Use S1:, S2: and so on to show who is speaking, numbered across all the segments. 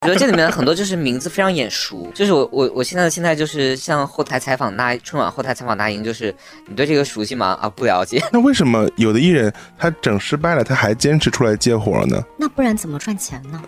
S1: 比如这里面很多就是名字非常眼熟，就是我我我现在的心态就是像后台采访那春晚后台采访那英，就是你对这个熟悉吗？啊，不了解。
S2: 那为什么有的艺人他整失败了，他还坚持出来接活呢？
S3: 那不然怎么赚钱呢？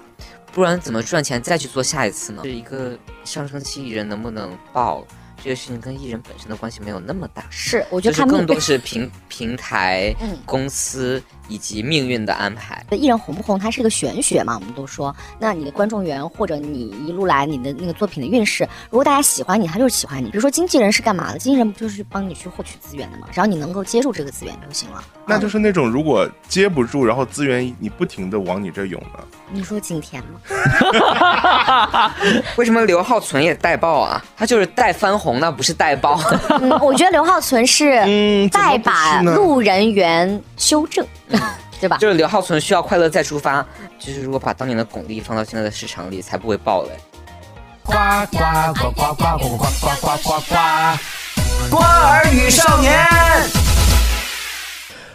S1: 不然怎么赚钱再去做下一次呢？是一个上升期艺人能不能爆？这个事情跟艺人本身的关系没有那么大，
S3: 是，我
S1: 就
S3: 觉得
S1: 是
S3: 看目
S1: 更多
S3: 标。
S1: 是平平台
S3: 嗯、
S1: 公司以及命运的安排。
S3: 艺人红不红，它是一个玄学嘛，我们都说。那你的观众缘或者你一路来你的那个作品的运势，如果大家喜欢你，他就是喜欢你。比如说经纪人是干嘛的？经纪人不就是帮你去获取资源的嘛？只要你能够接住这个资源就行了。、
S2: 那就是是那种如果接不住，然后资源你不停的往你这涌呢？
S3: 你说景甜 吗？
S1: 为什么刘浩存也带爆啊？他就是带翻红，那不是带爆。啊
S3: 嗯，我觉得刘浩存是
S2: 嗯，怎么
S3: 代
S2: 不是
S3: 把
S2: 呢嗯
S3: 路人缘修正，对 吧？
S1: 就是刘浩存需要快乐再出发，就是如果把当年的巩俐放到现在的市场里，才不会爆嘞。
S4: 呱呱呱呱呱呱呱呱呱呱呱，瓜儿与少年。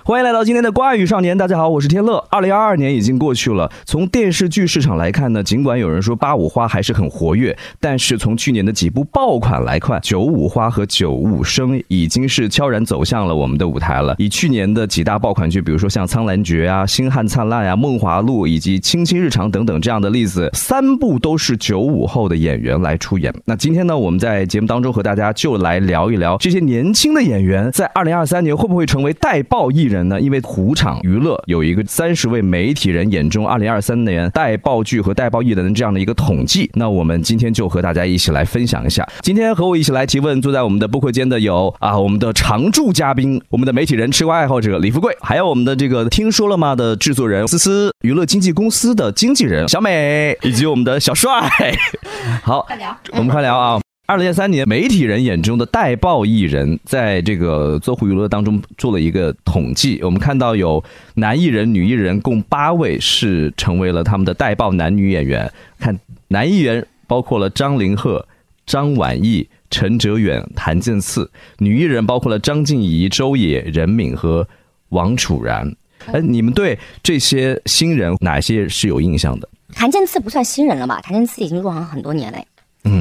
S5: 欢迎来到今天的《瓜语少年》，大家好，我是天乐。二零二二年已经过去了，从电视剧市场来看呢，尽管有人说八五花还是很活跃，但是从去年的几部爆款来看，九五花和九五生已经是悄然走向了我们的舞台了。以去年的几大爆款剧，比如说像《苍兰诀》啊、《星汉灿烂》啊、《梦华录》以及《青青日常》等等这样的例子，三部都是九五后的演员来出演。那今天呢，我们在节目当中和大家就来聊一聊这些年轻的演员在二零二三年会不会成为带爆艺人呢？因为虎场娱乐有一个三十位媒体人眼中二零二三年带爆剧和带爆艺人的这样的一个统计。那我们今天就和大家一起来分享一下。今天和我一起来提问，坐在我们的播客间的有啊，我们的常驻嘉宾，我们的媒体人、吃瓜爱好者李富贵，还有我们的这个听说了吗的制作人思思，娱乐经纪公司的经纪人小美，以及我们的小帅。 好，我们快聊啊。二零二三年，媒体人眼中的带爆艺人，在这个搜狐娱乐当中做了一个统计，我们看到有男艺人、女艺人共八位是成为了他们的带爆男女演员。看男艺人包括了张凌赫、张晚意、陈哲远、谭健次；女艺人包括了张婧仪、周也、任敏和王楚然。哎，你们对这些新人哪些是有印象的？
S3: 谭健次不算新人了吧？谭健次已经入行很多年了。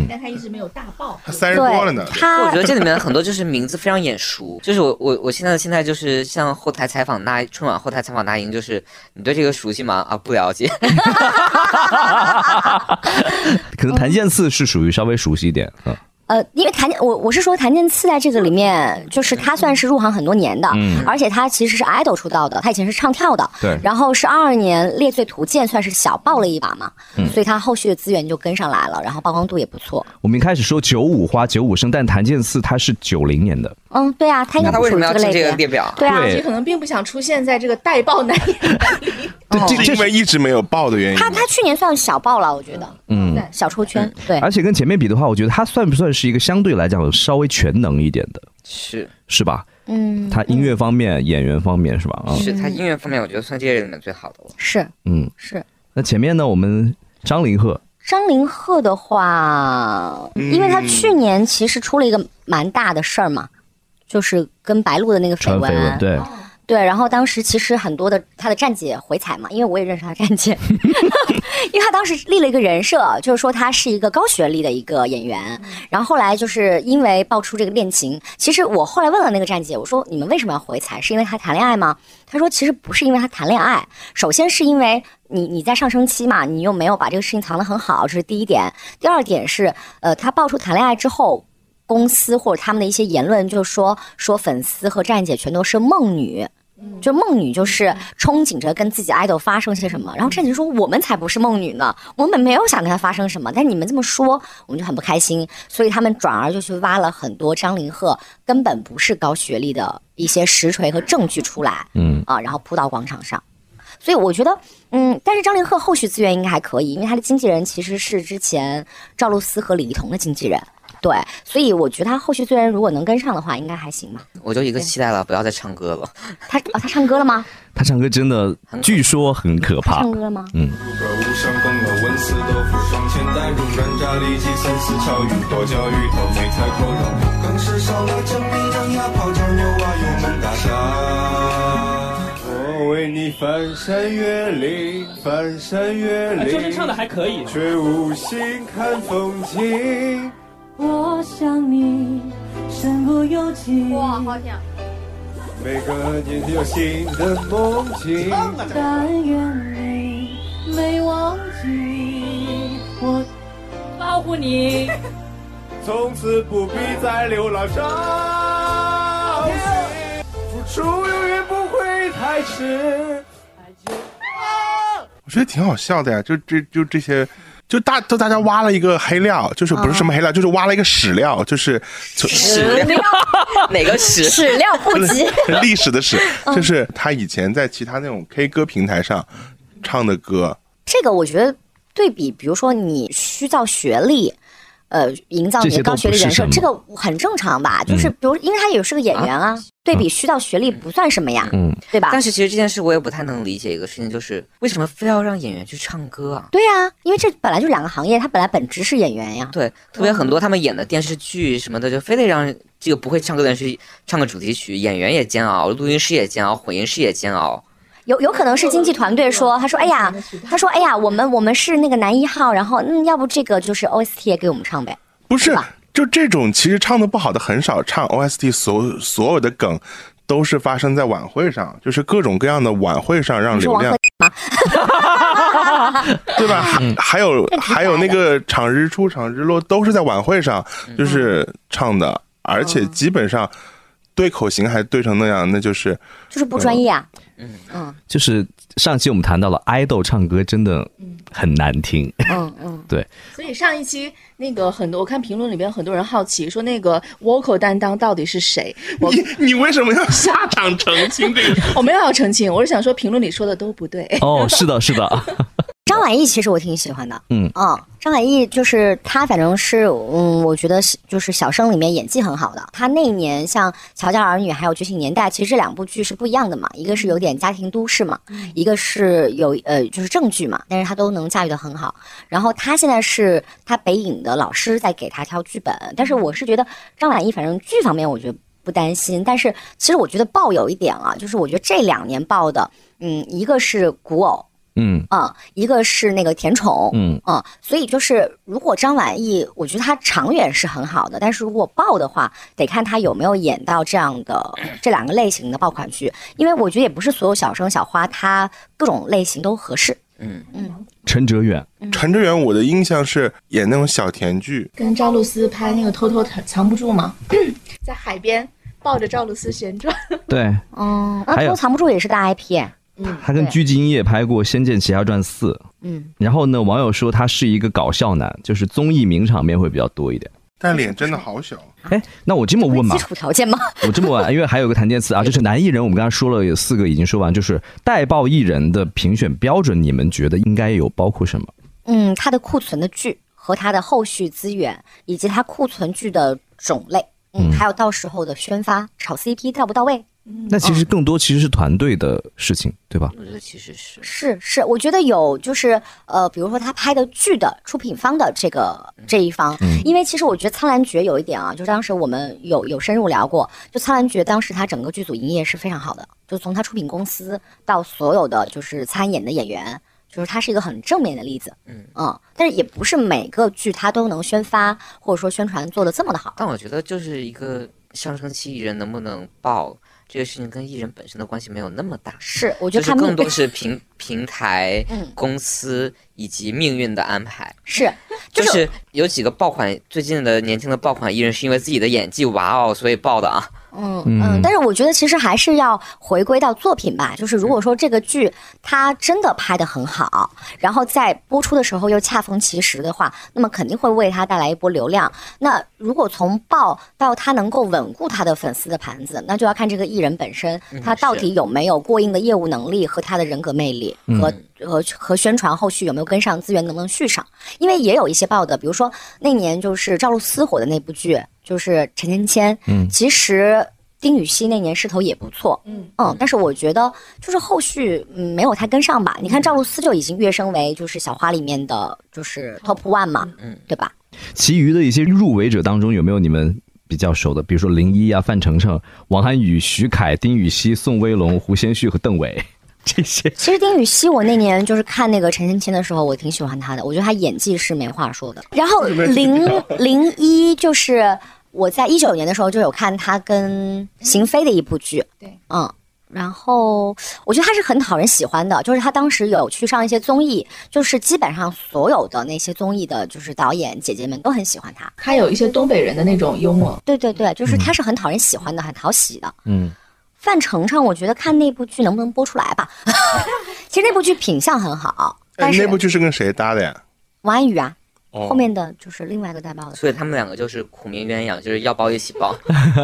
S6: 但他一直没有大爆。
S2: 他三
S3: 对
S2: 十多了呢，
S1: 我
S3: 他
S1: 觉得这里面很多就是名字非常眼熟，就是我我我现在的心态就是像后台采访那春晚后台采访那英，就是你对这个熟悉吗？啊，不了 解。
S5: 可能谭健次是属于稍微熟悉一点啊。
S3: 呃，因为谭健我我是说谭健次在这个里面，就是他算是入行很多年的，
S1: 嗯
S3: 而且他其实是 idol 出道的，他以前是唱跳的，
S5: 对
S3: 然后是二二年《猎罪图鉴》算是小爆了一把嘛，
S1: 嗯
S3: 所以他后续的资源就跟上来了，然后曝光度也不错。
S5: 我们一开始说九五花九五生，但谭健次他是九零年的，
S3: 嗯，对啊，他应
S1: 那
S3: 该
S1: 他
S3: 不
S1: 为什
S3: 属于
S1: 么要
S3: 这个
S1: 进这个
S3: 类别。
S1: 列表？
S3: 对啊，
S5: 对
S6: 你可能并不想出现在这个带爆男演员里，
S5: 对，这
S2: 哦是
S5: 这
S2: 因为一直没有爆的原因吗。
S3: 他他去年算小爆了，我觉得，嗯，小出圈，对，
S5: 而且跟前面比的话，我觉得他算不算是一个相对来讲稍微全能一点的，
S1: 是
S5: 是吧？
S3: 嗯，
S5: 他音乐方面、演员方面是吧？
S3: 哦
S5: 啊，
S1: 是，他音乐方面我觉得算这里面最好的了。
S3: 是
S5: 嗯。
S3: 是。
S5: 那前面呢，我们张凌赫，
S3: 张凌赫的话，因为他
S1: 嗯
S3: 去年其实出了一个蛮大的事儿嘛，就是跟白鹿的那个绯
S5: 传绯
S3: 闻，啊
S5: 闻，对，
S3: 对然后当时其实很多的他的站姐回踩嘛，因为我也认识他站姐， 因为他当时立了一个人设，就是说他是一个高学历的一个演员，然后后来就是因为爆出这个恋情，其实我后来问了那个站姐，我说你们为什么要回踩？是因为他谈恋爱吗？他说其实不是因为他谈恋爱，首先是因为你你在上升期嘛，你又没有把这个事情藏得很好，这是第一点。第二点是，呃，他爆出谈恋爱之后。公司或者他们的一些言论，就是说说粉丝和站姐全都是梦女，就梦女就是憧憬着跟自己 idol 发生些什么，然后站姐说我们才不是梦女呢，我们没有想跟他发生什么，但你们这么说，我们就很不开心，所以他们转而就去挖了很多张凌赫根本不是高学历的一些实锤和证据出来，
S5: 嗯
S3: 啊，然后扑到广场上，所以我觉得，嗯，但是张凌赫后续资源应该还可以，因为他的经纪人其实是之前赵露思和李一桐的经纪人，对，所以我觉得他后续资源如果能跟上的话，应该还行吧。
S1: 我就一个期待了，不要再唱歌了。
S3: 他啊，他唱歌了吗？
S5: 他唱歌真的，据说很可
S3: 他
S5: 怕
S3: 唱。歌了吗？
S7: 如歌无声，更有文思豆腐双千代入人渣利己三思巧语，多教育头美才包容，更是少了证明张牙炮仗，有蛙有孟大侠。哎我为你翻山越岭，翻山越
S8: 哎，
S7: 岭，
S8: 这声唱的还可以。
S7: 却无心看风景。
S9: 我想你，身不由己。
S6: 哇，好听！
S7: 每个年都有新的梦境，
S6: 啊
S9: 但愿你没忘记我保护你。
S7: 从此不必再流浪找寻，付出永远不会太迟。
S2: 我觉得挺好笑的呀，就这就这些，就大都大家挖了一个黑料，就是不是什么黑
S3: 嗯
S2: 料，就是挖了一个史料，就是从
S3: 呃
S1: 史 料 哪个史？
S3: 始料不 嗯及。
S2: 历史的史，就是他以前在其他那种 K 歌平台上唱的歌，
S3: 这个我觉得对比，比如说你虚造学历。呃，营造你
S5: 这些
S3: 的
S5: 都
S3: 高学历
S5: 不是
S3: 人设，
S5: 什
S3: 这
S5: 么嗯
S3: 个很正常吧？就是比如，因为他也是个演员啊，对比虚造学历不算什么呀，
S5: 嗯，
S3: 对吧
S1: 但？是其实这件事我也不太能理解一个事情，就是为什么非要让演员去唱歌啊？
S3: 对呀、因为这本来就两个行业，他本来本职是演员呀。
S1: 对，特
S3: 嗯
S1: 别很多他们演的电视剧什么的，就非得让这个不会唱歌的人去唱个主题曲，演员也煎熬，录音师也煎熬，混音师也煎熬。
S3: 有有可能是经纪团队说，他说，哎呀，他说，哎呀，我们我们是那个男一号，然后嗯，要不这个就是 OST 也给我们唱呗。
S2: 不是
S3: 吧
S2: 就这种其实唱的不好的很少，唱 OST 所所有的梗都是发生在晚会上，就是各种各样的晚会上让
S3: 你说
S2: 流
S3: 王
S2: 量
S3: 鹤。
S2: 对吧？还还 有还有那个场日出、场日落都是在晚会上
S3: 嗯
S2: 就是唱的，而且基本上对口型还对成那样，那就是
S3: 就是不专业啊，
S5: 就是上期我们谈到了爱豆唱歌真的很难听，
S3: 嗯 嗯，
S6: 所以上一期那个很多，我看评论里边很多人好奇说那个 vocal 担当到底是谁？我
S2: 你你为什么要下场澄清这个？
S6: 我没有要澄清，我是想说评论里说的都不对。
S5: 哦，是的，是的，
S3: 张晚意其实我挺喜欢的，
S5: 嗯
S3: 嗯，张晚意就是她，反正是嗯，我觉得是就是小生里面演技很好的。她那一年像《乔家儿女》还有《觉醒年代》，其实这两部剧是不一样的嘛，一个是有点家庭都市嘛，一个是有呃就是正剧嘛，但是她都能驾驭的很好。然后她现在是她北影的老师在给她挑剧本，但是我是觉得张晚意反正剧方面我觉得不担心，但是其实我觉得爆有一点啊，就是我觉得这两年爆的，嗯，一个是古偶。
S5: 嗯
S3: 嗯，一个是那个甜宠，
S5: 嗯
S3: 嗯，所以就是如果张晚意，我觉得她长远是很好的，但是如果爆的话，得看她有没有演到这样的这两个类型的爆款剧，因为我觉得也不是所有小生小花她各种类型都合适。
S1: 嗯，
S5: 陈哲远，
S3: 嗯
S2: 陈志远，我的印象是演那种小甜剧，
S6: 跟赵露思拍那个《偷偷藏藏不住》嘛， 在海边抱着赵露思旋转。
S5: 对
S3: 嗯，那
S5: 还有
S3: 偷藏不住也是大 IP，
S5: 他跟
S3: 嗯对
S5: 鞠婧祎也拍过《仙剑奇侠传四》，
S3: 嗯，
S5: 然后呢，网友说他是一个搞笑男，就是综艺名场面会比较多一点。
S2: 但脸真的好小。
S5: 哎，那我这么
S3: 不
S5: 问
S3: 是
S5: 吧
S3: 基，础条 件吗？
S5: 我这么问，因为还有个檀健次 啊，就是男艺人，我们刚刚说了有四个已经说完，就是带爆艺人的评选标准，你们觉得应该有包括什么？
S3: 嗯，他的库存的剧和他的后续资源，以及他库存剧的种类，嗯，还有到时候的宣发炒 CP 到不到位，
S5: 那其实更多其实是团队的事情，对吧？
S1: 我觉得其实是
S3: 是是，我觉得有就是呃，比如说他拍的剧的出品方的这个
S1: 嗯
S3: 这一方，因为其实我觉得《苍兰诀》有一点啊，就是当时我们有有深入聊过，就《苍兰诀》当时它整个剧组营业是非常好的，就从它出品公司到所有的就是参演的演员，就是它是一个很正面的例子，嗯但是也不是每个剧它都能宣发或者说宣传做的这么的好，
S1: 但我觉得就是一个上升期艺人能不能爆这个事情，跟艺人本身的关系没有那么大，
S3: 是我觉
S1: 就
S3: 得
S1: 是
S3: 看
S1: 更
S3: 命
S1: 多是平平台
S3: 嗯、
S1: 公司以及命运的安排。
S3: 是
S1: 就
S3: 就是
S1: 是有几个爆款，最近的年轻的爆款艺人是因为自己的演技哇哦，所以爆的啊。
S3: 嗯嗯，但是我觉得其实还是要回归到作品吧，就是如果说这个剧它真的拍得很好，然后在播出的时候又恰逢其时的话，那么肯定会为它带来一波流量。那如果从爆到它能够稳固它的粉丝的盘子，那就要看这个艺人本身他到底有没有过硬的业务能力和他的人格魅力和、和和宣传后续有没有跟上资源能不能续上。因为也有一些爆的，比如说那年就是赵露思火的那部剧，就是陈芊芊。嗯，其实丁禹兮那年势头也不错。
S6: 嗯
S3: 但是我觉得就是后续嗯没有太跟上吧。你看赵露思就已经跃升为就是小花里面的就是 top one 嘛，嗯，对吧？
S5: 其余的一些入围者当中，有没有你们比较熟的？比如说林一啊、范丞丞、王涵予、徐凯、丁禹兮、宋威龙、胡先煦和邓伟。这些。
S3: 其实丁禹兮，我那年就是看那个陈芊芊的时候，我挺喜欢她的，我觉得她演技是没话说的。然后零零一就是我在一九年的时候就有看她跟邢菲的一部剧，
S6: 对，
S3: 嗯。然后我觉得她是很讨人喜欢的，就是她当时有去上一些综艺，就是基本上所有的那些综艺的，就是导演姐姐们都很喜欢她。
S6: 他有一些东北人的那种幽默，
S3: 对对对，就是她是很讨人喜欢的，很讨喜的。
S5: 嗯，
S3: 范丞丞，我觉得看那部剧能不能播出来吧。 其实那部剧品相很好，
S2: 哎
S3: 但是
S2: 那部剧是跟谁搭的呀？
S3: 王安宇啊，
S2: 哦
S3: 后面的就是另外一个带包的。
S1: 所以他们两个就是苦命鸳鸯，就是要抱一起抱。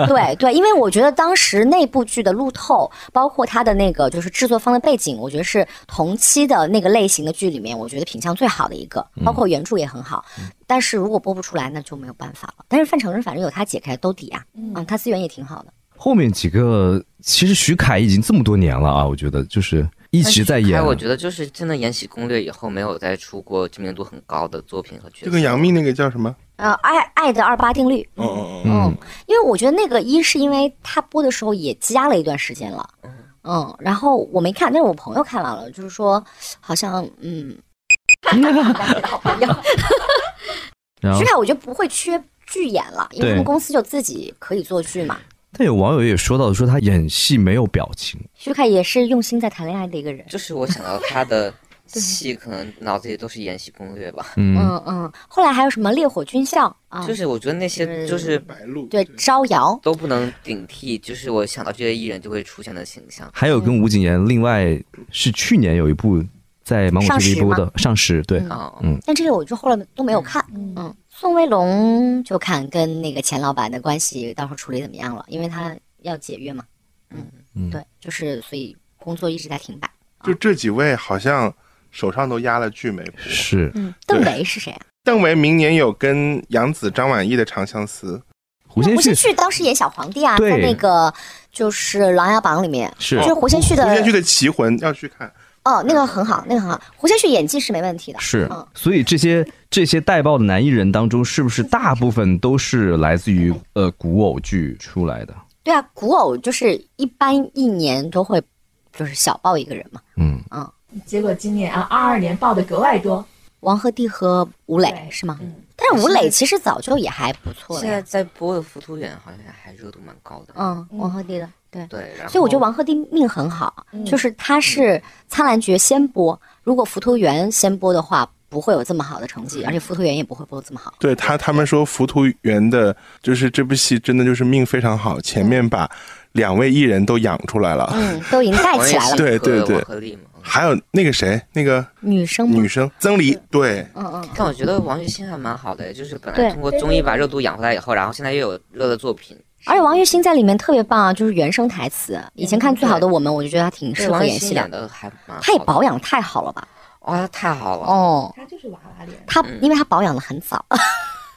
S3: 对对，因为我觉得当时那部剧的路透，包括它的那个就是制作方的背景，我觉得是同期的那个类型的剧里面，我觉得品相最好的一个，
S2: 嗯
S3: 包括原著也很好。但是如果播不出来，那就没有办法了。但是范丞丞反正有他解开兜底啊，嗯，他资源也挺好的。
S5: 后面几个其实徐凯已经这么多年了啊，我觉得就是一直
S1: 但
S5: 在演
S1: 是。哎我觉得就是真的《延禧攻略》以后没有再出过知名度很高的作品和角色。
S2: 就跟杨幂那个叫什么？
S3: 呃，爱爱的二八定律，
S2: 嗯嗯嗯，
S5: 嗯，
S3: 因为我觉得那个一是因为他播的时候也积压了一段时间了，嗯，然后我没看，但是我朋友看到了，就是说好像嗯，好朋友，
S5: 然后
S3: 徐凯我觉得不会缺剧演了，因为
S5: 对
S3: 他们公司就自己可以做剧嘛。
S5: 但有网友也说到说他演戏没有表情，
S3: 徐凯也是用心在谈恋爱的一个人，
S1: 就是我想到他 的戏，可能脑子里都是《延禧攻略》吧。
S5: 嗯，
S3: 嗯嗯。后来还有什么《烈火军校》啊，
S1: 就是我觉得那些就是
S2: 白鹿
S3: 对招摇，
S1: 都不能顶替，就是我想到这些艺人就会出现的形象。
S5: 还有跟吴谨言，另外是去年有一部在芒果
S3: 上
S5: TV
S3: 时
S5: 播
S3: 吗
S5: 的《上市》，对，
S3: 嗯
S1: 啊、
S3: 但这个我就后来都没有看。嗯，宋威龙就看跟那个钱老板的关系到时候处理怎么样了，因为他要解约嘛。嗯，对，就是所以工作一直在停摆。
S2: 就这几位好像手上都压了剧没播。
S5: 是
S3: 嗯，邓为是谁啊？
S2: 邓为明年有跟杨紫、张晚意的《长相思》，
S5: 胡先
S3: 胡先
S5: 煦，
S3: 煦当时演小皇帝啊，
S5: 对
S3: 在那个就是《琅琊榜》里面，
S5: 是
S3: 就是胡先煦的
S2: 胡先煦的《棋魂》要去看。
S3: 哦，那个很好，那个很好。胡先煦演技是没问题的，
S5: 是
S3: 嗯，
S5: 所以这些这些带爆的男艺人当中，是不是大部分都是来自于呃古偶剧出来的？
S3: 对啊，古偶就是一般一年都会就是小爆一个人嘛。
S5: 嗯，
S6: 结果今年啊，二二年报的格外多。
S3: 王鹤棣和吴磊
S6: 对
S3: 是吗？
S6: 嗯
S3: 但是吴磊其实早就也还不错了
S1: 现
S3: 呀
S1: 在。在播的《浮屠演》好像还热度蛮高的。
S3: 嗯，王鹤棣的，对。
S1: 对，然后嗯
S3: 所以我觉得王鹤棣命很好，就是他是《苍兰诀》先播，如果《浮屠缘》先播的话，不会有这么好的成绩，而且《浮屠缘》也不会播得这么好。
S2: 对他，他们说《浮屠缘》的，就是这部戏真的就是命非常好，前面把两位艺人都养出来了，
S3: 嗯，都已经带
S1: 王
S3: 起
S1: 栎
S3: 来
S1: 鑫
S2: 是。
S3: 了
S2: 对对
S1: 和
S2: 对
S1: 王鹤棣嘛。嗯
S2: 还有那个谁，那个
S3: 女生吗
S2: 女？生曾黎，对，
S3: 嗯嗯，
S1: 但我觉得王栎鑫还蛮好的，就是本
S3: 对
S1: 来通过综艺把热度养回来以后，然后现在又有热的作品。
S3: 而且王栎鑫在里面特别棒啊，就是原声台词。以前看《最好的我们》，我就觉得他挺
S1: 嗯对，
S3: 适合
S1: 王栎
S3: 演
S1: 鑫
S3: 戏
S1: 演
S3: 的。
S1: 的还蛮好的。
S3: 他也保养太好了吧？
S1: 哇，太好了。
S3: 哦，
S6: 他就是娃娃脸，啊
S3: 他因为他保养的 很早，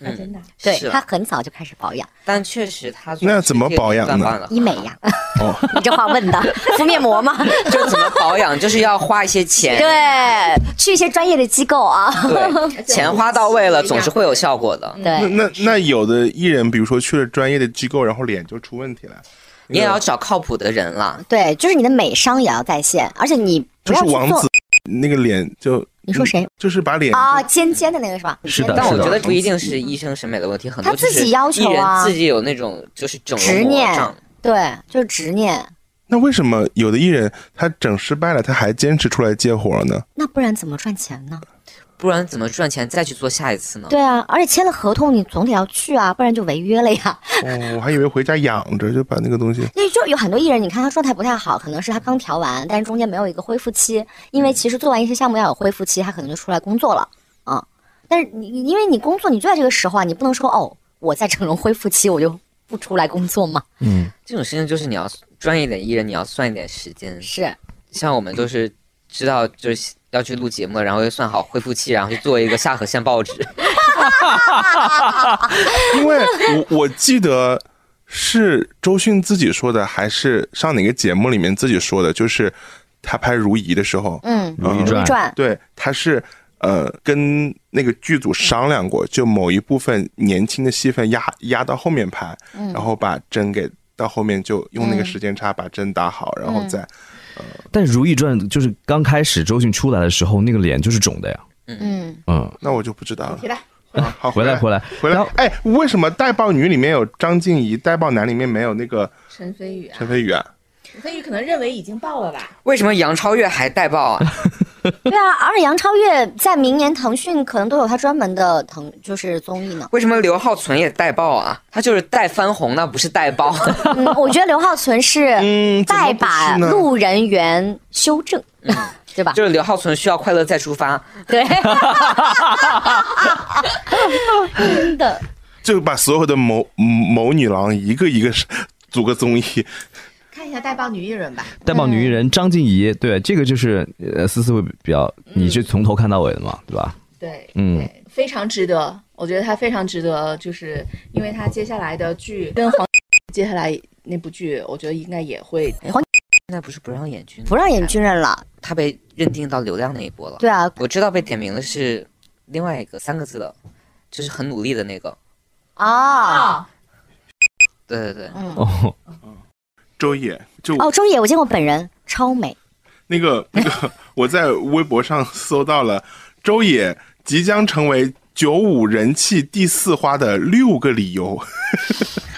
S1: 嗯
S6: 真的。
S3: 对
S1: 是
S3: 他很早就开始保养
S1: 但确实他
S2: 那怎么保养呢
S1: 呢
S3: 医美呀。
S2: 哦，
S3: 你这话问的，敷面膜吗？
S1: 就怎么保养，就是要花一些钱，
S3: 对，去一些专业的机构啊。
S1: 对，钱花到位了，总是会有效果的。
S2: 那
S3: 对，
S2: 那那有的艺人，比如说去了专业的机构，然后脸就出问题了，
S1: 你也要找靠谱的人啦。
S3: 对，就是你的美商也要在线，而且你
S2: 就
S3: 不要
S2: 是
S3: 去
S2: 王
S3: 做
S2: 子。那个脸就
S3: 你说谁？
S2: 就是把脸
S3: 啊，尖尖的那个是吧？
S5: 是的
S1: 但我
S5: 是的
S1: 觉得不一定是医生审美的问题，很多
S3: 他自己
S1: 就是
S3: 要求
S1: 艺人
S3: 啊
S1: 自己有那种就是整
S3: 执
S1: 容魔
S3: 念
S1: 障，
S3: 对，就是执念。
S2: 那为什么有的艺人他整失败了，他还坚持出来接活呢？
S3: 那不然怎么赚钱呢？
S1: 不然怎么赚钱再去做下一次呢？
S3: 对啊，而且签了合同，你总得要去啊，不然就违约了呀。
S2: 哦，我还以为回家养着就把那个东西。
S3: 那就有很多艺人，你看他状态不太好，可能是他刚调完，但是中间没有一个恢复期，因
S5: 嗯
S3: 为其实做完一些项目要有恢复期，他可能就出来工作了，嗯。但是你你因为你工作，你就在这个时候啊，你不能说哦，我在整容恢复期，我就不出来工作嘛，
S1: 这种事情就是你要专业一点艺人，你要算一点时间。
S3: 是
S1: 像我们都是知道就是要去录节目了，然后又算好恢复期，然后去做一个下颌线报纸。
S2: 因为我我记得是周迅自己说的，还是上哪个节目里面自己说的，就是他拍《如懿》的时候，
S3: 嗯，
S5: 如
S3: 《
S5: 懿
S3: 如懿
S5: 传
S3: 传》
S2: 对，他是呃跟那个剧组商量过，就某一部分年轻的戏份压压到后面拍，然后把针给到后面就用那个时间差把针打好，然后再
S5: 但《如懿传》就是刚开始周迅出来的时候，那个脸就是肿的呀。
S3: 嗯，
S5: 嗯，
S2: 那我就不知道了
S6: 回。来，
S2: 啊好，
S5: 回来 回来
S2: 回
S5: 然
S2: 来
S5: 后。
S2: 哎，为什么带爆女里面有张婧仪，带爆男里面没有那个
S6: 陈飞宇啊，
S2: 陈飞宇啊？
S6: 陈飞宇可能认为已经爆了吧？
S1: 为什么杨超越还带爆啊？
S3: 对啊，而杨超越在明年腾讯可能都有他专门的腾就是综艺呢。
S1: 为什么刘浩存也带爆啊？他就是带翻红，那不是带 爆。
S3: 嗯，我觉得刘浩存是
S2: 嗯怎么
S3: 代
S2: 不
S3: 把
S2: 是呢嗯
S3: 路人缘修正， 对吧？
S1: 就是刘浩存需要快乐再出发，
S3: 对， 真的。
S2: 就把所有的某某女郎一个一个是组个综艺，
S6: 看一下带爆女艺人吧。
S5: 带爆女艺人张婧仪，对，这个就是呃，思思会比较，你是从头看到尾的嘛，对吧？
S6: 对，
S5: 嗯
S6: 对，非常值得，我觉得他非常值得，就是因为他接下来的剧跟黄接下来那部剧，我觉得应该也会
S1: 现在不是不让演剧，
S3: 不让演军人了。
S1: 他被认定到流量那一波了。
S3: 对啊，
S1: 我知道被点名的是另外一个三个字的，就是很努力的那个。
S3: 哦嗯
S6: 啊，
S1: 对对对，
S5: 哦，
S2: 周也就
S3: 哦，周也我见过本人，超美。
S2: 那个那个，我在微博上搜到了周也即将成为九五人气第四花的六个理由：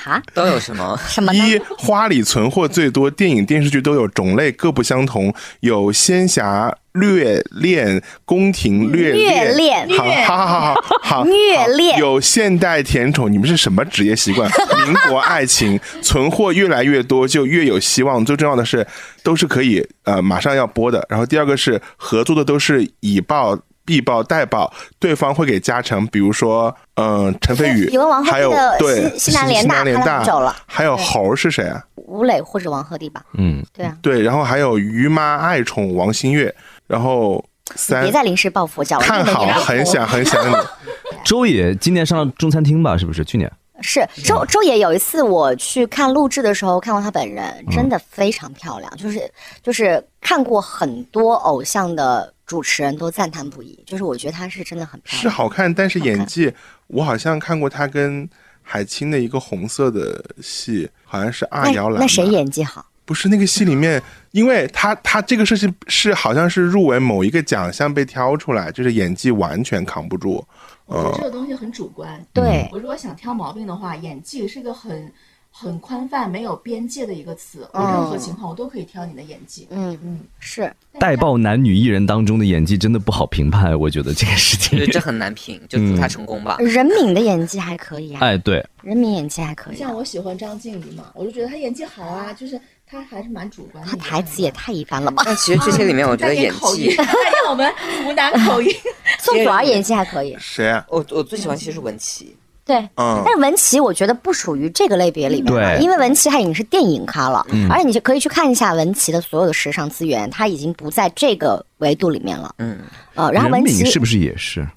S3: 哈？
S1: 都有什么？
S3: 什么呢？
S2: 一、花里存货最多，电影电视剧都有，种类各不相同，有仙侠、虐恋、宫廷、虐
S3: 虐
S2: 恋。
S3: 恋
S2: 好，好好好好好，
S3: 虐恋
S2: 有现代甜宠，你们是什么职业习 惯？民国爱情存货越来越多，就越有希望。最重要的是，都是可以呃马上要播的。然后第二个是合作的都是以爆。必爆、带爆，对方会给加成，比如说，嗯、陈飞宇，
S3: 有个王鹤棣
S2: 还有
S3: 的
S2: 对
S3: 西西南联大
S2: 南联
S3: 拍了很久了
S2: 还有猴儿是谁啊？
S3: 吴磊或者王鹤棣吧？
S5: 嗯，
S3: 对啊，
S2: 对，然后还有于妈爱宠王馨月，然后三
S3: 别再临时抱佛脚了。
S2: 看好，很想很想你，
S5: 周也今年上了《中餐厅》吧？是不是？去年
S3: 是周周也有一次我去看录制的时候看过她本
S2: 嗯
S3: 人，真的非常漂亮，就是就是看过很多偶像的主持人都赞叹不已，就是我觉得她是真的很漂
S2: 是
S3: 亮。
S2: 好看，但是演技，我好像看过他跟海清的一个红色的戏，好像是阿瑶
S3: 那
S2: 兰吧。
S3: 那谁演技好？
S2: 不是那个戏里面，因为他他这个事情是好像是入围某一个奖项被挑出来，就是演技完全扛不住。呃
S6: 我
S1: 哦
S6: 觉得这个东西很主观。
S1: 嗯
S3: 对，
S6: 我如果想挑毛病的话，演技是一个很很宽泛、没有边界的一个词。我
S3: 嗯
S6: 任何情况我都可以挑你的演技。
S3: 嗯
S6: 嗯，
S3: 是
S5: 带爆男女艺人当中的演技真的不好评判，我觉得这个事情
S1: 对，。这很难评，就祝他成功吧。
S3: 任敏的演技还可以啊，
S5: 哎，对，
S3: 任敏演技还可以啊、
S6: 像我喜欢张婧仪嘛，我就觉得她演技好啊，就是她还是蛮主观的。
S3: 她台词也太一般了哦吧？
S1: 但其实这些里面，我觉得
S6: 带点
S1: 演
S6: 口音，
S1: 技，
S6: 带点我们湖南口音。
S3: 宋祖儿演技还可以，
S2: 谁啊？
S1: 我我最喜欢其实是文琪，
S3: 对。
S2: 嗯
S3: 但，是文琪，我觉得不属于这个类别里面了，
S5: 对嗯
S3: 因为文琪她已经是电影咖了，而且你就可以去看一下文琪的所有的时尚资源，她已经不在这个维度里面了。
S1: 嗯，
S3: 呃，然后
S5: 任
S3: 文琪嗯
S5: 敏是不是也是？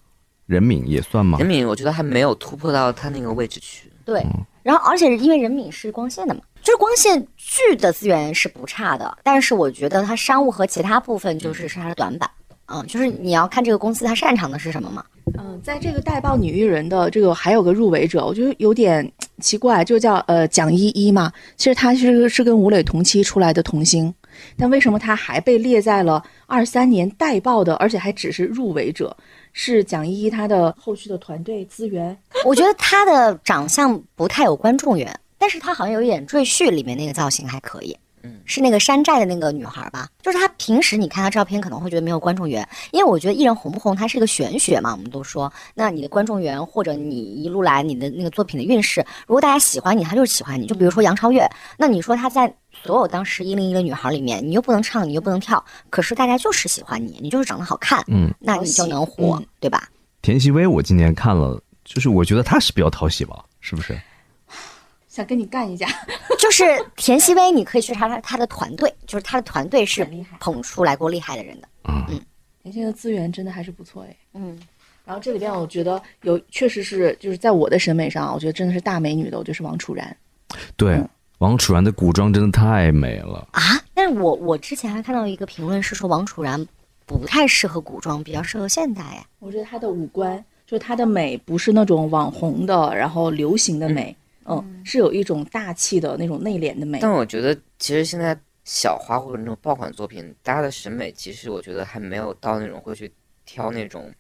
S5: 任敏也算吗
S1: 任？敏我觉得还没有突破到他那个位置去。
S3: 对，然后而且因为任敏是光线的嘛，就是光线剧的资源是不差的，但是我觉得它商务和其他部分就是是它的短板。嗯，就是你要看这个公司它擅长的是什么嘛。
S6: 嗯，在这个带爆女艺人的这个还有个入围者，我觉得有点奇怪，就叫呃蒋依依嘛。其实她是是跟吴磊同期出来的童星，但为什么她还被列在了二三年带爆的，而且还只是入围者？是蒋依依她的后续的团队资源？
S3: 我觉得她的长相不太有观众缘，但是她好像有演《赘婿》里面那个造型还可以。嗯，是那个山寨的那个女孩吧？就是她平时你看她照片可能会觉得没有观众缘，因为我觉得艺人红不红它是一个玄学嘛，我们都说，那你的观众缘或者你一路来你的那个作品的运势，如果大家喜欢你，他就是喜欢你。就比如说杨超越，那你说她在所有当时一零一的女孩里面，你又不能唱，你又不能跳，可是大家就是喜欢你，你就是长得好看，
S5: 嗯，
S3: 那你就能火，
S6: 嗯
S3: 对吧？
S5: 田曦薇，我今年看了，就是我觉得她是比较讨喜吧，是不是？
S6: 想跟你干 一架，
S3: 就是田曦薇，你可以去查查她的团队，就是她的团队是
S6: 很厉害
S3: 捧出来过厉害的人的。
S6: 你哎这个资源真的还是不错哎。
S3: 嗯，
S6: 然后这里边我觉得有，确实是就是在我的审美上，我觉得真的是大美女的，我觉得是王楚然。
S5: 对，
S3: 嗯
S5: 王楚然的古装真的太美了。
S3: 啊，但是我我之前还看到一个评论是说王楚然不太适合古装，比较适合现代哎。
S6: 我觉得她的五官，就是她的美，不是那种网红的，嗯然后流
S3: 嗯
S6: 行的美，嗯，是有一种大气的那种内敛的美。
S1: 但我觉得其实现在小花或者那种爆款作品，大家的审美其实我觉得还没有到那种会去挑那种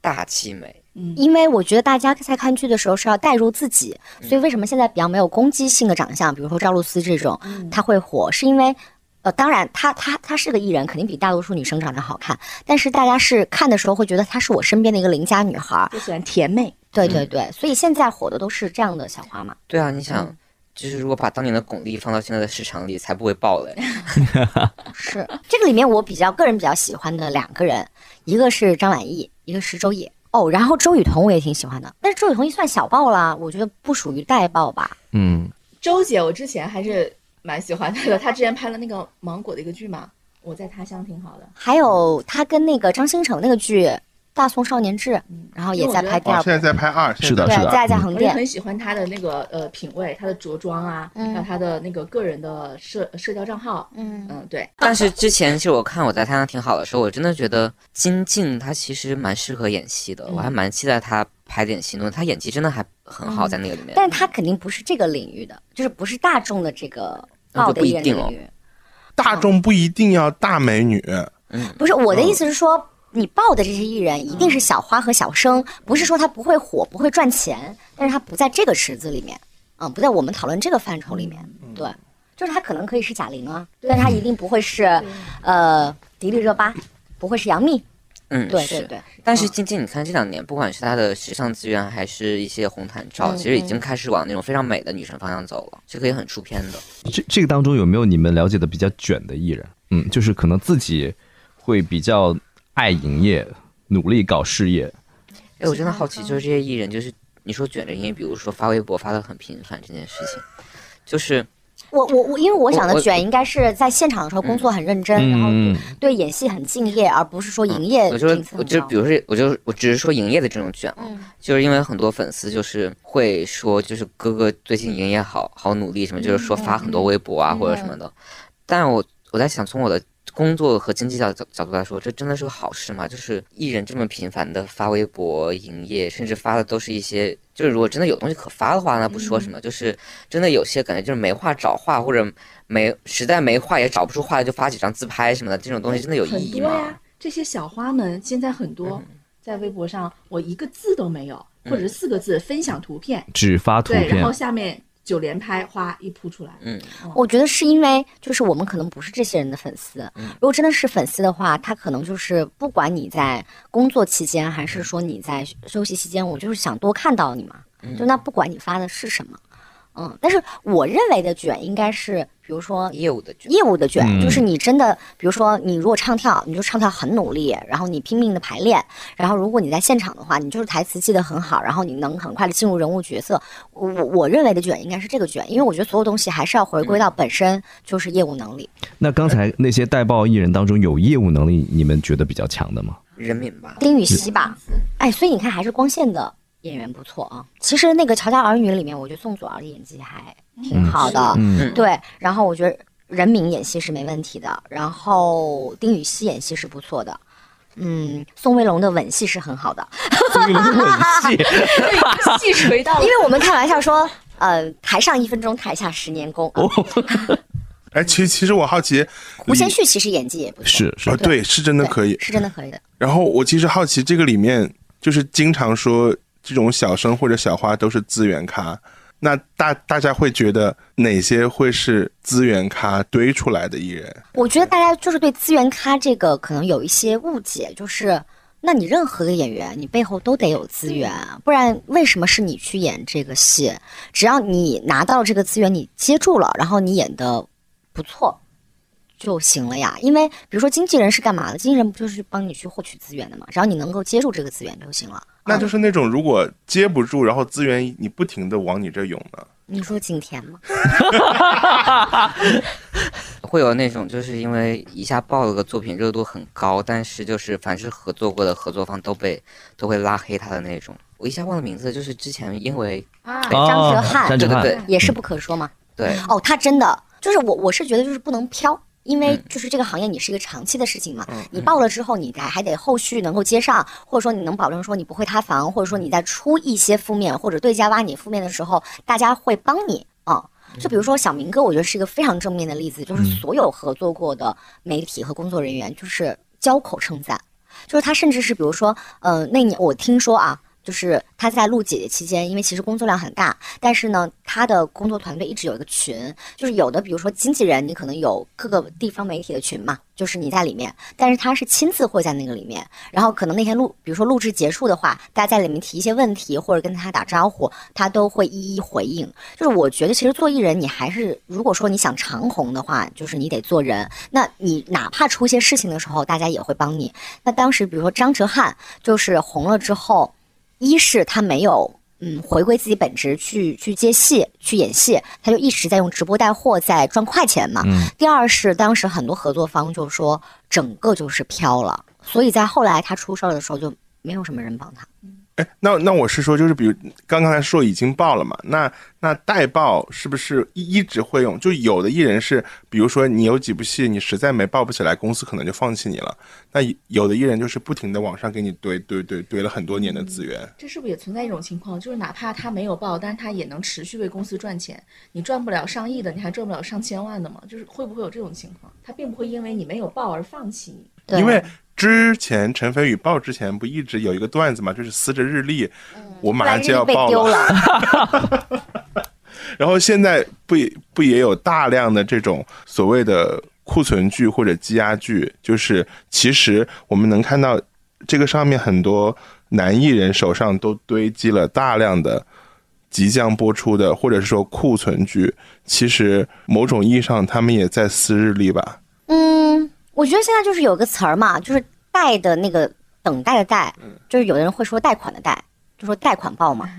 S1: 大气美。
S3: 因为我觉得大家在看剧的时候是要带入自己，所
S6: 嗯
S3: 以为什么现在比较没有攻击性的长相，比如说赵露思这种，
S6: 嗯
S3: 她会火，是因为。呃，当然，她她她是个艺人，肯定比大多数女生长得好看。但是大家是看的时候会觉得她是我身边的一个邻家女孩儿，
S6: 就喜欢甜妹。
S3: 对对
S6: 嗯
S3: 对。所以现在火的都是这样的小花嘛。
S1: 对啊，你
S3: 嗯
S1: 想，就是如果把当年的巩俐放到现在的市场里，才不会爆嘞。
S3: 是这个里面我比较个人比较喜欢的两个人，一个是张晚意，一个是周也。哦，然后周雨彤我也挺喜欢的，但是周雨彤一算小爆啦，我觉得不属于带爆吧。
S5: 嗯，
S6: 周姐，我之前还是蛮喜欢她的，她之前拍了那个芒果的一个剧嘛，我在他乡挺好的。
S3: 还有她跟那个张新成那个剧《大宋少年志》，然后也在拍第
S2: 哦
S3: 二，部，
S2: 现在在拍二，
S5: 是的
S3: 对
S5: 是，的
S3: 在在
S5: 嗯
S3: 横
S6: 我就
S3: 店。
S6: 很喜欢她的那个呃品味，她的着装啊，
S3: 嗯
S6: 还有她的那个个人的社社交账号，
S3: 嗯，
S6: 嗯，对，
S1: 但是之前其实我看我在他那挺好的时候，我真的觉得金靖她其实蛮适合演戏的，我
S3: 嗯
S1: 还蛮期待她拍点新东西。她演技真的还很好，在那个里面。
S3: 但她肯定不是这个领域的，就是不是大众的这个爆的艺人
S1: 那就不一定
S3: 领
S1: 哦
S3: 域。
S2: 大众不一定要大美女，
S3: 不是我的
S1: 嗯
S3: 意思是说，你爆的这些艺人一定是小花和小生，不是说他不会火、不会赚钱，但是他不在这个池子里面，嗯，不在我们讨论这个范畴里面，
S1: 嗯
S3: 对，就是他可能可以是贾玲啊，但是他一定不会是，呃，迪丽热巴，不会是杨幂，
S1: 嗯，
S3: 对
S1: 是
S3: 对对，
S1: 但是金靖，你看这两年，不管是她的时尚资源，还是一些红毯照，其实已经开始往那种非常美的女神方向走了，这可以很出片的。
S5: 这这个当中有没有你们了解的比较卷的艺人？嗯，就是可能自己会比较爱营业，努力搞事业。
S1: 哎，我真的好奇，就是这些艺人，就是你说卷着音，比如说发微博发的很频繁这件事情，就是
S3: 我我我，因为我想的
S1: 我
S3: 卷应该是在现场的时候工作很认真，然后
S5: 嗯嗯
S3: 对演戏很敬业，而不是说营业
S1: 嗯我就
S3: 频次
S1: 是
S3: 很高。
S1: 我就是，比如说，我就我只是说营业的这种卷啊，
S6: 嗯
S1: 就是因为很多粉丝就是会说，就是哥哥最近营业好好努力什么，就是说发很
S6: 嗯
S1: 多微博啊或者什么的。但我我在想，从我的工作和经济角角角度来说，这真的是个好事吗？就是艺人这么频繁的发微博营业，甚至发的都是一些，就是如果真的有东西可发的话，那不说什
S6: 嗯
S1: 么，就是真的有些感觉就是没话找话，或者没实在没话也找不出话，就发几张自拍什么的，这种东西真的有
S6: 很
S1: 意义
S6: 多
S1: 吗嗯
S6: 呀？，这些小花们现在很多在微博上，我一个字都没有，或者是四个字分享图片，
S5: 只发图
S6: 对，然
S5: 片
S6: 后，下面九连拍花一扑出来，
S1: 嗯，
S3: 我觉得是因为就是我们可能不是这些人的粉丝，如果真的是粉丝的话，他可能就是不管你在工作期间还是说你在休息期间，我就是想多看到你嘛，就那不管你发的是什么，嗯，但是我认为的卷应该是比如说
S1: 业务的卷。
S3: 业务的卷，
S5: 嗯
S3: 就是你真的，比如说你如果唱跳，你就唱跳很努力，然后你拼命的排练，然后如果你在现场的话，你就是台词记得很好，然后你能很快的进入人物角色。我我我认为的卷应该是这个卷，因为我觉得所有东西还是要回归到本身就是业务能力。
S5: 那刚才那些带爆艺人当中，有业务能力，你们觉得比较强的吗？
S1: 人民吧，
S3: 丁禹兮吧，哎，所以你看还是光线的演员不错啊。其实那个《乔家儿女》里面，我觉得宋祖儿的演技还挺好的，
S5: 嗯
S3: 对，然后我觉得任敏演戏是没问题的，然后丁禹兮演戏是不错的，嗯，宋威龙的吻戏是很好的，
S5: 对了吻戏，
S6: 细垂到
S3: 因为我们开玩笑说，呃，台上一分钟，台下十年功。呃
S2: 哎，其实其实我好奇，
S3: 吴先
S2: 里
S3: 煦其实演技也不错，
S5: 是是
S2: 啊，，对，是真的可以
S3: 对，是真的可以的。
S2: 然后我其实好奇，这个里面就是经常说这种小生或者小花都是资源咖，那大大家会觉得哪些会是资源咖堆出来的艺人？
S3: 我觉得大家就是对资源咖这个可能有一些误解，就是那你任何的演员，你背后都得有资源，啊不然为什么是你去演这个戏？只要你拿到这个资源，你接住了，然后你演的不错。就行了呀，因为比如说经纪人是干嘛的？经纪人不就是帮你去获取资源的嘛？只要你能够接住这个资源就行了。
S2: 那就是那种如果接不住，然后资源你不停的往你这涌呢？
S3: 你说景甜吗？
S1: 会有那种就是因为一下爆了个作品热度很高，但是就是凡是合作过的合作方都被都会拉黑他的那种。我一下忘了名字，就是之前因为
S6: 啊，
S3: 张哲瀚
S5: 张哲
S1: 对
S5: 瀚
S1: 对，
S3: 也是不可说嘛。
S1: 对
S3: 哦，他真的就是我，我是觉得就是不能飘，因为就是这个行业你是一个长期的事情嘛，你报了之后，你还还得后续能够接上，或者说你能保证说你不会塌房，或者说你在出一些负面或者对家挖你负面的时候，大家会帮你啊、就比如说小明哥，我觉得是一个非常正面的例子，就是所有合作过的媒体和工作人员，就是交口称赞，就是他甚至是比如说，呃，那年我听说啊。就是他在录姐姐期间，因为其实工作量很大，但是呢，他的工作团队一直有一个群，就是有的，比如说经纪人，你可能有各个地方媒体的群嘛，就是你在里面，但是他是亲自会在那个里面，然后可能那天录，比如说录制结束的话，大家在里面提一些问题或者跟他打招呼，他都会一一回应。就是我觉得，其实做艺人，你还是如果说你想长红的话，就是你得做人。那你哪怕出一些事情的时候，大家也会帮你。那当时，比如说张哲瀚，就是红了之后，一是他没有。嗯，回归自己本职去去接戏去演戏，他就一直在用直播带货在赚快钱嘛。
S2: 嗯
S3: 第二是当时很多合作方就说整个就是飘了，所以在后来他出事儿的时候就没有什么人帮他。
S2: 哎，那那我是说，就是比如刚刚才说已经爆了嘛，那那代爆是不是一一直会用？就有的艺人是，比如说你有几部戏你实在没爆不起来，公司可能就放弃你了。那有的艺人就是不停的往上给你堆堆堆堆了很多年的资源。
S3: 嗯
S6: 这是不是也存在一种情况，就是哪怕他没有报，但是他也能持续为公司赚钱？你赚不了上亿的，你还赚不了上千万的吗？就是会不会有这种情况？他并不会因为你没有报而放弃你。
S3: 对
S2: 因为之前陈飞宇爆之前不一直有一个段子嘛，就是撕着日历，
S3: 嗯
S2: 我马上就要
S3: 被
S2: 爆
S3: 丢了。
S2: 然后现在不也不也有大量的这种所谓的库存剧或者积压剧，就是其实我们能看到这个上面很多男艺人手上都堆积了大量的即将播出的或者是说库存剧，其实某种意义上他们也在撕日历吧。
S3: 嗯，我觉得现在就是有个词儿嘛，就是贷的那个等待的贷，就是有的人会说贷款的贷，就说贷款报嘛。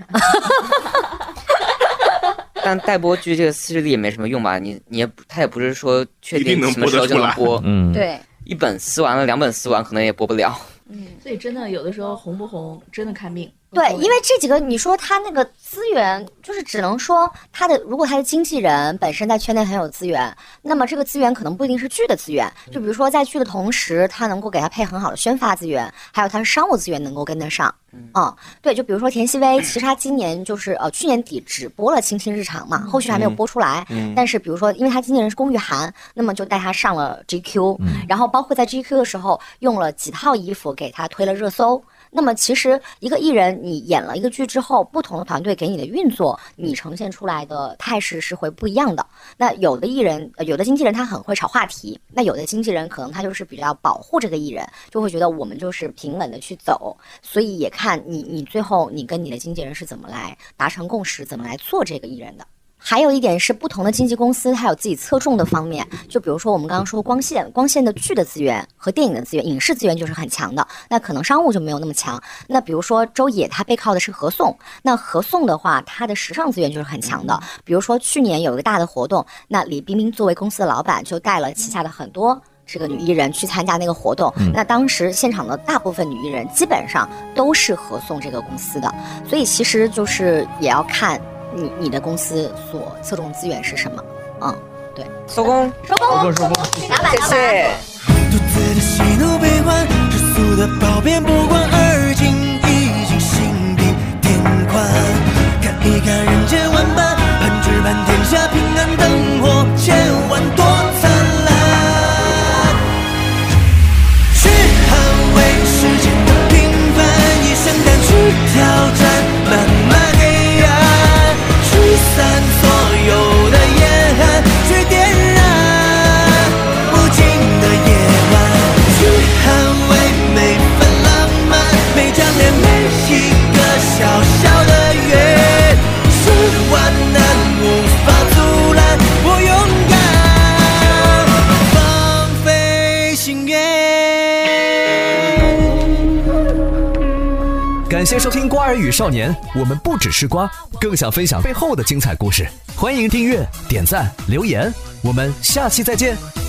S1: 但待播剧这个撕日历也没什么用吧？你你也不他也不是说确
S2: 一定能
S1: 什么时候就能播，
S5: 嗯，
S3: 对，
S1: 一本撕完了，两本撕完可能也播不了。
S6: 所以真的有的时候红不红真的看命。
S3: 对，因为这几个你说他那个资源，就是只能说他的，如果他的经纪人本身在圈内很有资源，那么这个资源可能不一定是剧的资源，就比如说在剧的同时，他能够给他配很好的宣发资源，还有他的商务资源能够跟得上。嗯，对，就比如说田曦薇，其实她今年就是呃去年底只播了《青青日常》嘛，后续还没有播出来。但是比如说，因为她今年是龚玉涵，那么就带她上了 GQ，、然后包括在 GQ 的时候用了几套衣服给她推了热搜。那么其实一个艺人，你演了一个剧之后，不同的团队给你的运作，你呈现出来的态势是会不一样的。那有的艺人，呃有的经纪人他很会炒话题，那有的经纪人可能他就是比较保护这个艺人，就会觉得我们就是平稳的去走，所以也看你你最后你跟你的经纪人是怎么来达成共识，怎么来做这个艺人的。还有一点是，不同的经纪公司它有自己侧重的方面，就比如说我们刚刚说光线，光线的剧的资源和电影的资源、影视资源就是很强的，那可能商务就没有那么强。那比如说周也，他背靠的是合颂，那合颂的话，它的时尚资源就是很强的。比如说去年有一个大的活动，那李冰冰作为公司的老板，就带了旗下的很多这个女艺人去参加那个活动。那当时现场的大部分女艺人基本上都是合颂这个公司的，所以其实就是也要看你你的公司所侧重资源是什么。嗯，对，
S1: 收工，
S3: 收工，收工，打板，打板。
S4: 独自的喜怒悲欢，世俗的褒贬不管，而今已经心比天宽。看一看人间万般，盼只盼天下平安，灯火千万多灿烂。去捍卫世界的平凡，以圣诞去挑战漫漫黑暗，驱散所有的严寒，去点燃无尽的夜晚，去捍卫每份浪漫，每张脸，每一个小小的圆，是万难无法阻拦我勇敢，放飞心愿。
S8: 感谢收听《瓜儿与少年》，我们不只是瓜，更想分享背后的精彩故事。欢迎订阅、点赞、留言，我们下期再见。